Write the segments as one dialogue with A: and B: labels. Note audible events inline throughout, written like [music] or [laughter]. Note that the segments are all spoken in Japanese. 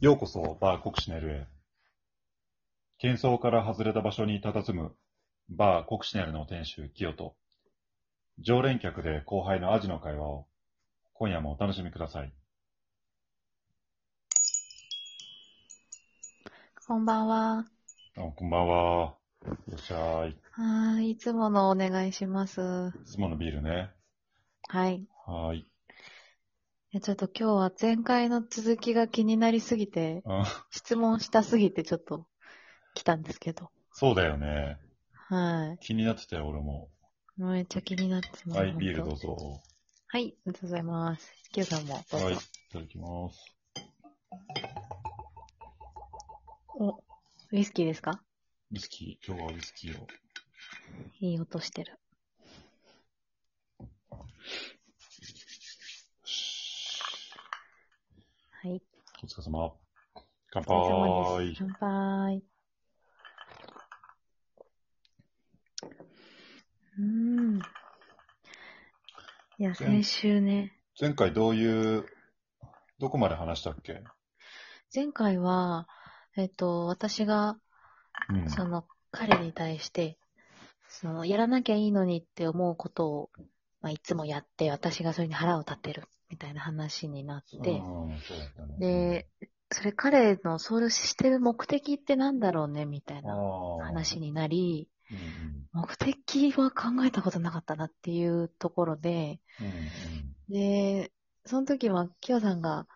A: ようこそ、バーコクシネルへ。喧騒から外れた場所に佇む、バーコクシネルの店主、キヨと、常連客で後輩のアジの会話を、今夜もお楽しみください。
B: こんばんは。
A: あこんばんは。いらっしゃい。い
B: はーい。いつものお願いします。は
A: つものビールね。
B: い。
A: はーい。
B: えちょっと今日は前回の続きが気になりすぎて、
A: あ
B: 質問したすぎてちょっと来たんですけど。
A: そうだよね。
B: は
A: 気になってたよ、俺も。
B: い。めっちゃ気になってます。
A: はい、ビール
B: 本
A: ど
B: 当
A: うぞ。
B: はい。ありがとうございます。キヨさんもどうぞ。
A: はい、いただきます。
B: お、ウイスキーですか
A: ウイスキー、今日はウイスキーを。
B: いい音してる。はい。
A: お疲れ様。乾
B: お疲れ様
A: 杯
B: で。す。乾杯。うーん。いや、
A: 全
B: 先週ね、
A: 前回どういう、どこまで話したっけ
B: 前回は、えっと、私が、
A: うん。
B: その、彼に対して、その、やらなきゃいいのにって思うことを、まあ、いつもやって、私がそれに腹を立てる、みたいな話になって、
A: うん、そうだったね。
B: で、それ彼のそれをしてる目的ってなんだろうね、みたい
A: うん、
B: な
A: あー
B: 話。になり、
A: うんうん
B: 目的は考えたことなかったなっていうところで、
A: うん
B: で、その時は、きよさんが、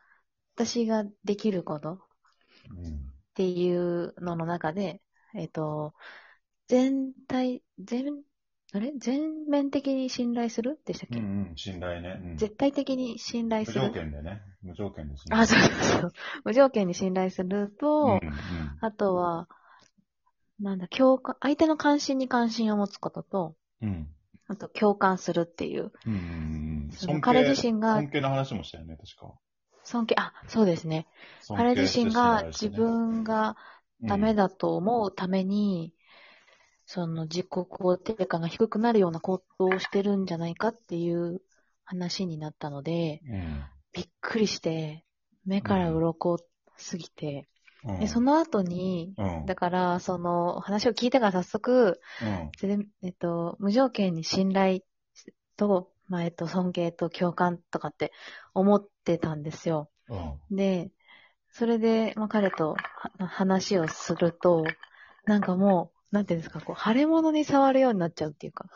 B: 私ができることっ
A: うんうん
B: ていうのの中で、えっ、と、全体、全、あれ全面的に信頼するでしたっ
A: う
B: け、
A: んうん、信頼ね。うん、
B: 絶対的に信頼
A: 無
B: す
A: 条
B: る。
A: 件でね。無条件ですね。
B: あ、そうそうそう。無条件に信頼すると、
A: うんうん。
B: あとは、なんだ、共感、相手の関心に関心を持つことと、
A: うん。
B: あと共感するっていう、
A: うんうんうん。
B: その彼自身が
A: 尊敬の話もしたよね、確か。
B: 尊敬、あ、そうですね。
A: 尊敬
B: 彼自身が
A: して信
B: 自
A: 頼してね
B: 分がダメだと思うために、その自己肯定感が低くなるような行動をしてるんじゃないかっていう話になったので、
A: うん。
B: びっくりして、目から鱗すぎて、
A: うん。
B: で、その後に、
A: うん、
B: だから、その話を聞いてから早速、
A: うん。
B: 全えっと、無条件に信頼と、まあ、えっと、尊敬と共感とかって思ってたんですよ。
A: うん。
B: で、それで、まあ、彼とは話をすると、なんかもう、なんていうんですか、こう、腫れ物に触るようになっちゃうっていうか、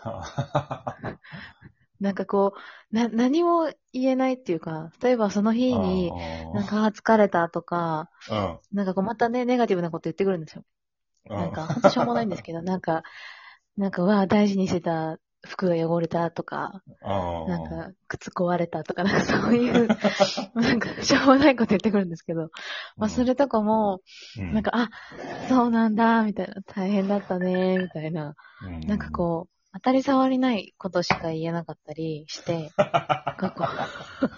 B: なんかこう、な、何も言えないっていうか、例えばその日に、
A: あー
B: なんか、あー疲れたとか、
A: うん
B: なんかこう、またね、ネガティブなこと言ってくるんですよ。
A: うん。
B: なんか、ほんとしょうもないんですけ
A: [laughs]
B: ど、なんか、なんか、うわあ、大事にしてた服が汚れたとか、
A: あー、
B: なんか、靴壊れたとか、なんかそ
A: [laughs]
B: ういう、なんか、しょうもないこと言ってくるんですけど、まあ、それとかも、
A: う、
B: なんか、あ、そうなんだ、みたいな、大変だったね、みたいな、
A: うん、
B: なんかこう、当たり障りないことしか言えなかったりして、
A: [laughs]
B: なんかこ、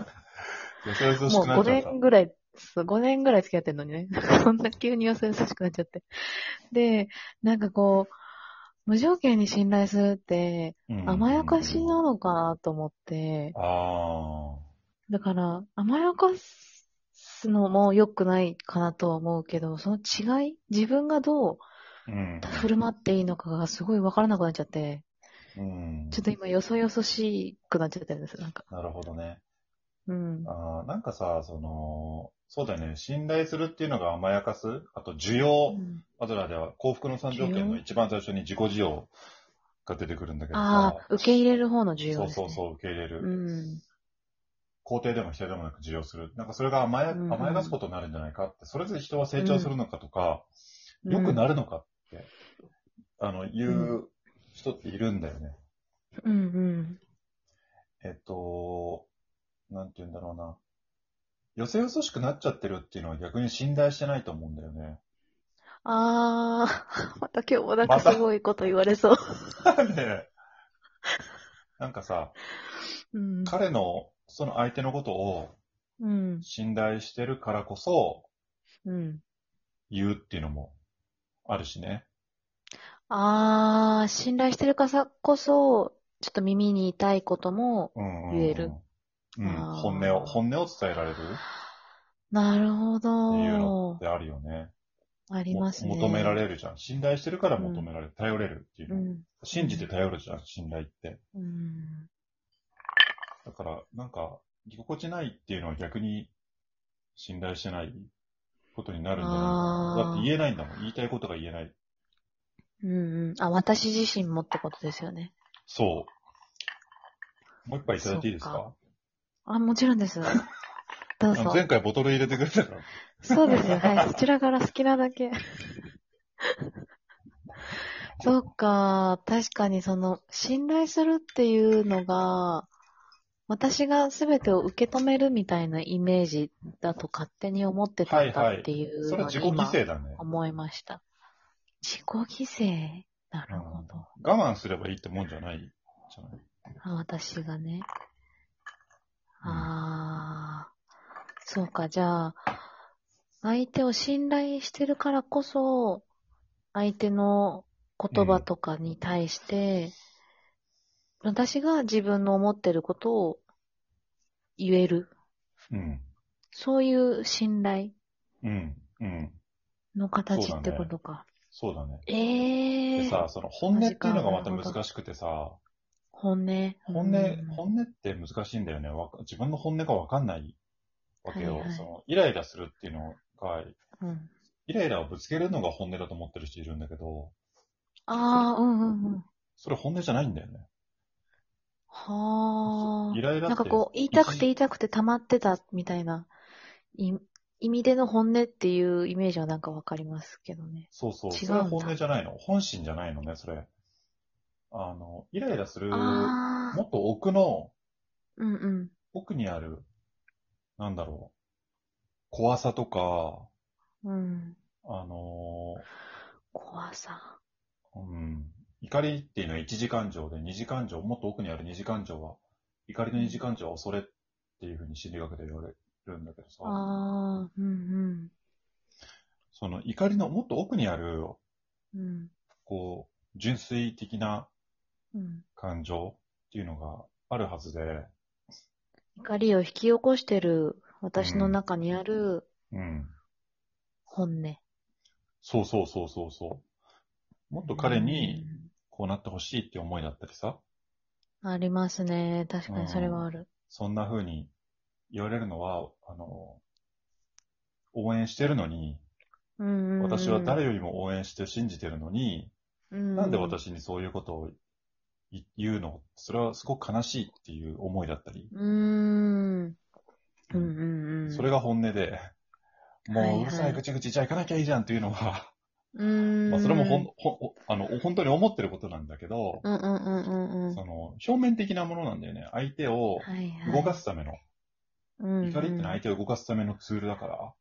A: う、よそよそうし
B: もう
A: くな
B: 5
A: っちゃった。
B: 年ぐらい、そう、5年ぐらい付き合ってんのにね、 [laughs] そんな急によそよそしくなっちゃって。で、なんかこう、無条件に信頼するって、
A: うん
B: 甘やかしなのかなと思って、
A: あ
B: だから、甘やかすのも良くないかなとは思うけど、その違い、自分がどう
A: あ。うん。
B: 振る舞っていいのかがすごい分からなくなっちゃって、
A: うん。
B: ちょっと今よそよそしくなっちゃってるんです、なんか。
A: なるほどね。
B: うん。
A: あーなんかさ、その、そうだよね。信頼するっていうのが甘やかす。あと、需要。アドラーでは幸福の三条件
B: 需
A: の
B: 要
A: 一番最初に自己需要が出てくるんだけど
B: あ
A: さ。
B: あ、受け入れる方の需要
A: そう
B: です、
A: そ
B: ね。
A: うそう、受け入れる。
B: うん。
A: 肯定でも否定でもなく受容する。なんかそれが甘や,、
B: うんうん
A: 甘やかすことになるんじゃないかって、それぞれ人は成長するのかとか、
B: うん
A: 良くなるのかって、あの、言う人っているんだよね。
B: うん
A: えっと、なんて言うんだろうな。よせよそしくなっちゃってるっていうのは逆に信頼してないと思うんだよね。
B: うん。ああ、 [laughs] また今日もなん
A: ま
B: か
A: た
B: すごいこと言われそう。
A: なんでなんかさ、
B: うん。
A: 彼の、その相手のことを
B: うん。
A: 信頼してるからこそ
B: うん。
A: 言うっていうのもあるしね。
B: ああ、信頼してるからさこそ、ちょっと耳に痛いことも、
A: うんうんうん
B: 言える。
A: うん、
B: あー
A: 本音を、本音を伝えられる。
B: なるほ
A: っていうのっ
B: ど。
A: てあるよね。
B: ありますね。
A: も求められるじゃん。信頼してるから求められる。頼れるっていう
B: う
A: の、
B: ん。
A: 信じて頼るじゃん、信頼って。
B: うん。
A: だから、なんか、居心地ないっていうのは逆に信頼してないことになるんじゃないかな。
B: あー
A: だって言えないんだもん。言いたいことが言えない。
B: うんうん。あ、私自身もってことですよね。
A: そう。もう一杯いただいていいです
B: そ
A: か
B: あ、もちろ
A: [laughs]
B: んです。どう
A: あの
B: ぞ。
A: 前回ボトル入れてくれたから。
B: そうですよ。はい。そちらから好きなだ
A: [laughs]
B: け。そうか。確かにその、信頼するっていうのが、私が全てを受け止めるみたいなイメージだと勝手に思ってたんだっていう
A: それ
B: の
A: は自
B: に
A: 己
B: 今
A: 犠牲だね。
B: 思いました。自己犠牲なるほど。
A: 我慢すればいいってもんじゃないじゃない。
B: あ私がね。
A: うん
B: ああ、そうか、じゃあ、相手を信頼してるからこそ、相手の言葉とかに対して、私が自分の思ってることを言える。
A: うん。
B: そういう信頼
A: うん。うん。
B: の形って
A: そうだね
B: ことか。
A: そうだね。
B: ええ
A: で
B: ー、
A: さ、その本音っていうのがまた
B: マジかなるほど
A: 難しくてさ、
B: 本音。
A: 本音、
B: うん
A: 本音って難しいんだよね。わか自分の本音がわかんないわけよ、
B: はいはい
A: その。イライラするっていうのが、
B: うん、
A: イライラをぶつけるのが本音だと思ってる人いるんだけど、
B: ああ、うんうんうん。
A: それ本音じゃないんだよね。
B: はあ。
A: イライラって
B: なんかこう、言いたくて言いたくて溜まってたみたいな、い意味での本音っていうイメージはなんかわかりますけどね。
A: そうそう。
B: 違うんだ
A: それは本音じゃないの。本心じゃないのね、それ。あの、イライラする、も
B: ああ。
A: っと奥の、
B: うんうん。
A: 奥にある、なんだろう、怖さとか、
B: うん。
A: あの
B: 怖さ。
A: ーうん、怒りっていうのは一次感情で、二次感情、もっと奥にある二次感情は、怒りの二次感情は恐れっていうふうに心理学で言われるんだけどさ、
B: ああ。うん
A: その怒りのもっと奥にある、
B: うん。うん。
A: こう、純粋的な
B: うん。
A: 感情っていうのがあるはずで、
B: 怒りを引き起こしてる私の中にある
A: うん。
B: 本音。
A: そうそうそうそうそう。もっと彼にこうなってほしいって思いだったりさ、
B: うん。ありますね。確かにそれはある。
A: そんな風に言われるのは、あの、応援してるのに、
B: うんうんうん。
A: 私は誰よりも応援して信じてるのに、な
B: なん
A: で私にそういうことをい言うのそれはすごく悲しいっていう思いだったり、
B: うーん。うんうんうん。
A: それが本音で、
B: はい
A: も
B: は
A: う
B: いう
A: るさいぐちぐちじゃあ行かなきゃいいじゃんっていうのは、
B: うーん。
A: まあそれもほんほんおあの本当に思ってることなんだけど、
B: うんうんうんうんうん。
A: その表面的なものなんだよね。相手を
B: はいはい。
A: 動かすための、
B: うんうん、
A: 怒りってのは相手を動かすためのツールだから、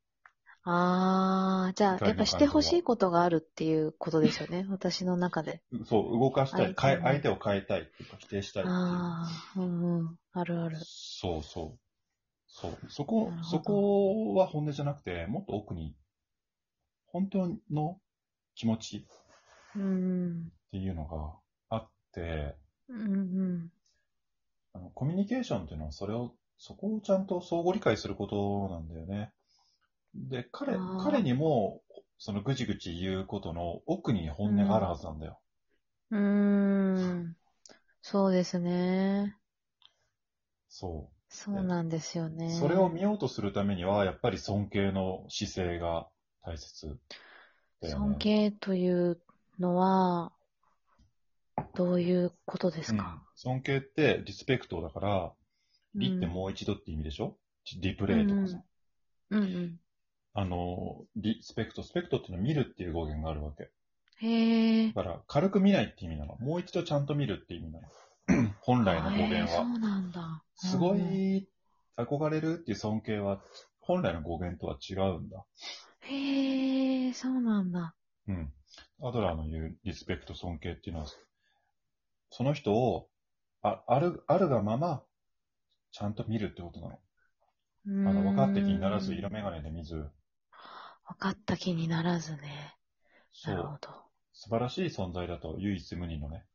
A: 怒りの感情
B: ああ、じゃあ、
A: は
B: やっぱしてほしいことがあるっていうことですよね。私の中で。
A: そう、動かしたい、変え
B: 相
A: 相
B: 手
A: 手を変えたいっていうか否定したいっていう。
B: ああ、うんうん。あるある。
A: そうそう。そう。そこ
B: なる、ほど
A: そこは本音じゃなくて、もっと奥に、本当の気持ちっ
B: うん。
A: ていうのがあって、
B: うんうん。
A: あのコミュニケーションっていうのはそれを、そこをちゃんと相互理解することなんだよね。で、彼
B: あー、
A: 彼にも、そのぐちぐち言うことの奥に本音があるはずなんだよ。
B: うーん。そうですね。
A: そう。
B: そうなんですよね。
A: それを見ようとするためには、やっぱり尊敬の姿勢が大切だよね。
B: 尊敬というのは、どういうことです
A: うん
B: か、
A: 尊敬ってリスペクトだから、
B: うん、
A: リってもう一度って意味でしょリプレイとかさ。
B: うんうん。
A: あの、リスペクト、スペクトっていうのは見るっていう語源があるわけ。
B: へえ。
A: だから、軽く見ないって意味なの。もう一度ちゃんと見るって意味なの。
B: [clears throat]
A: 本来の語源
B: へえそ
A: は。
B: うなんだ。
A: すご
B: うんうん
A: い、憧れるっていう尊敬は、本来の語源とは違うんだ。
B: へえ、そうなんだ。
A: うん。アドラーの言うリスペクト尊敬っていうのは、その人をあある、あるがまま、ちゃんと見るってことなの。
B: あ
A: あの、分かって気にならず、色眼鏡で見ず、
B: 分かった気にならずね。
A: そ
B: なるほ
A: う、
B: ど。
A: 素晴らしい存在だと、唯一無二のね、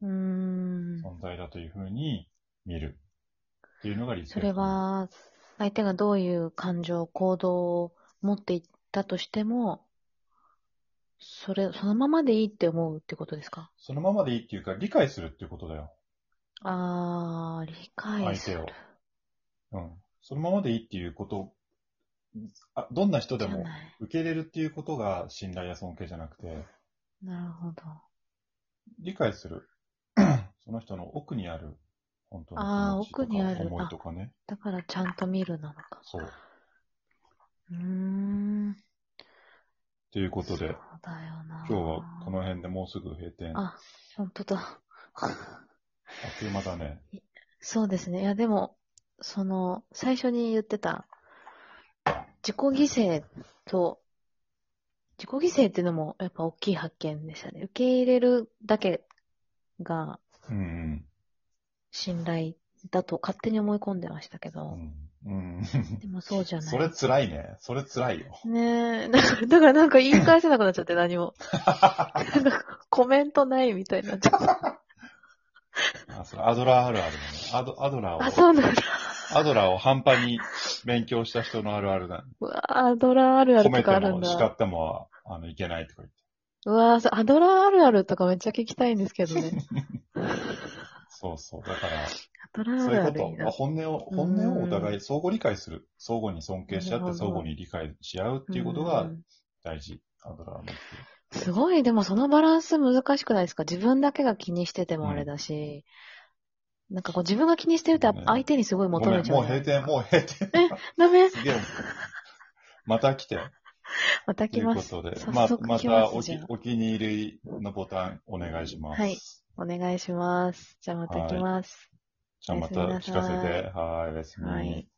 B: うーん。
A: 存在だというふうに見る。っていうのがリス
B: そ
A: ペクト。
B: れは、相手がどういう感情、行動を持っていったとしても、それ、そのままでいいって思うってことですか
A: そのままでいいっていうか、理解するっていうことだよ。
B: あー、理解
A: 相
B: す
A: 手
B: る
A: を。。うん。そのままでいいっていうこと、あどんな人で
B: じゃ
A: も
B: ない。
A: 受け入れるっていうことが信頼や尊敬じゃなくて、
B: なるほど。
A: 理解する。 [clears throat] その人の奥にある、本当
B: あー
A: の気持ち
B: 奥にあ
A: とか
B: る
A: 思いとかね。
B: だからちゃんと見るなのか。
A: そう。
B: うーん。
A: ということで、
B: そうだよ
A: 今
B: な。
A: 日はこの辺でもうすぐ閉店。あ
B: あ、本当だ。
A: っという間だね。
B: そうですね。いや、でも、その、最初に言ってた、自己犠牲と、自己犠牲っていうのも、やっぱ大きい発見でしたね。受け入れるだけが
A: うん
B: 信頼だと勝手に思い込んでましたけ
A: う
B: ど、
A: ん。うん。うん。
B: でもそうじゃない。
A: それ辛いね。それ辛いよ。
B: ねえ、 [laughs] だから、だからなんか言い返せなくなっちゃって
A: [laughs]
B: 何も。なんかコメントないみたいになっちゃって。
A: あ、それアドラーあるあるだね。アドアドラ
B: あ、
A: ーを、
B: そうなんだ。
A: アドラーを半端に勉強した人のあるあるだ、ね。
B: うわぁアドラーあるある
A: 褒
B: と
A: め
B: か
A: て
B: あるん
A: も
B: だ。
A: 叱っても、あの、いけないとか言って。
B: うわぁ、そうアドラーあるあるとかめっちゃ聞きたいんですけどね。
A: そうそう。だから、
B: アドラ
A: そ
B: ーあ
A: うい
B: る
A: う
B: あ
A: こ
B: るいい
A: と。まあ
B: な。
A: 本音を、本音をお互
B: う
A: い相互理解する。相互に尊敬し合っ
B: なる
A: て
B: ほど
A: 相互に理解し合うっていうことが
B: うん
A: 大事。アドラーの。
B: すごい、でもそのバランス難しくないですか自分だけが気にしててもあれだし、なんかこう自分が気にしてると
A: ね
B: 相手にすごい
A: ご
B: 求
A: め
B: め
A: ん、
B: ちゃう。
A: もう閉店、もう閉店。
B: ダメ
A: すげえ。 [laughs] また来て。
B: また
A: と
B: 来
A: いう
B: ま
A: こ
B: す。
A: とで、ま
B: 早速
A: ま
B: 来ま
A: た
B: す
A: お
B: じゃ
A: きお気に入りのボタンお願いします。
B: はいあお願いします。じゃあまた来ます。
A: じゃあまた
B: おやすみ
A: 聞
B: なさい
A: かせて。はい、おやすみ。
B: はい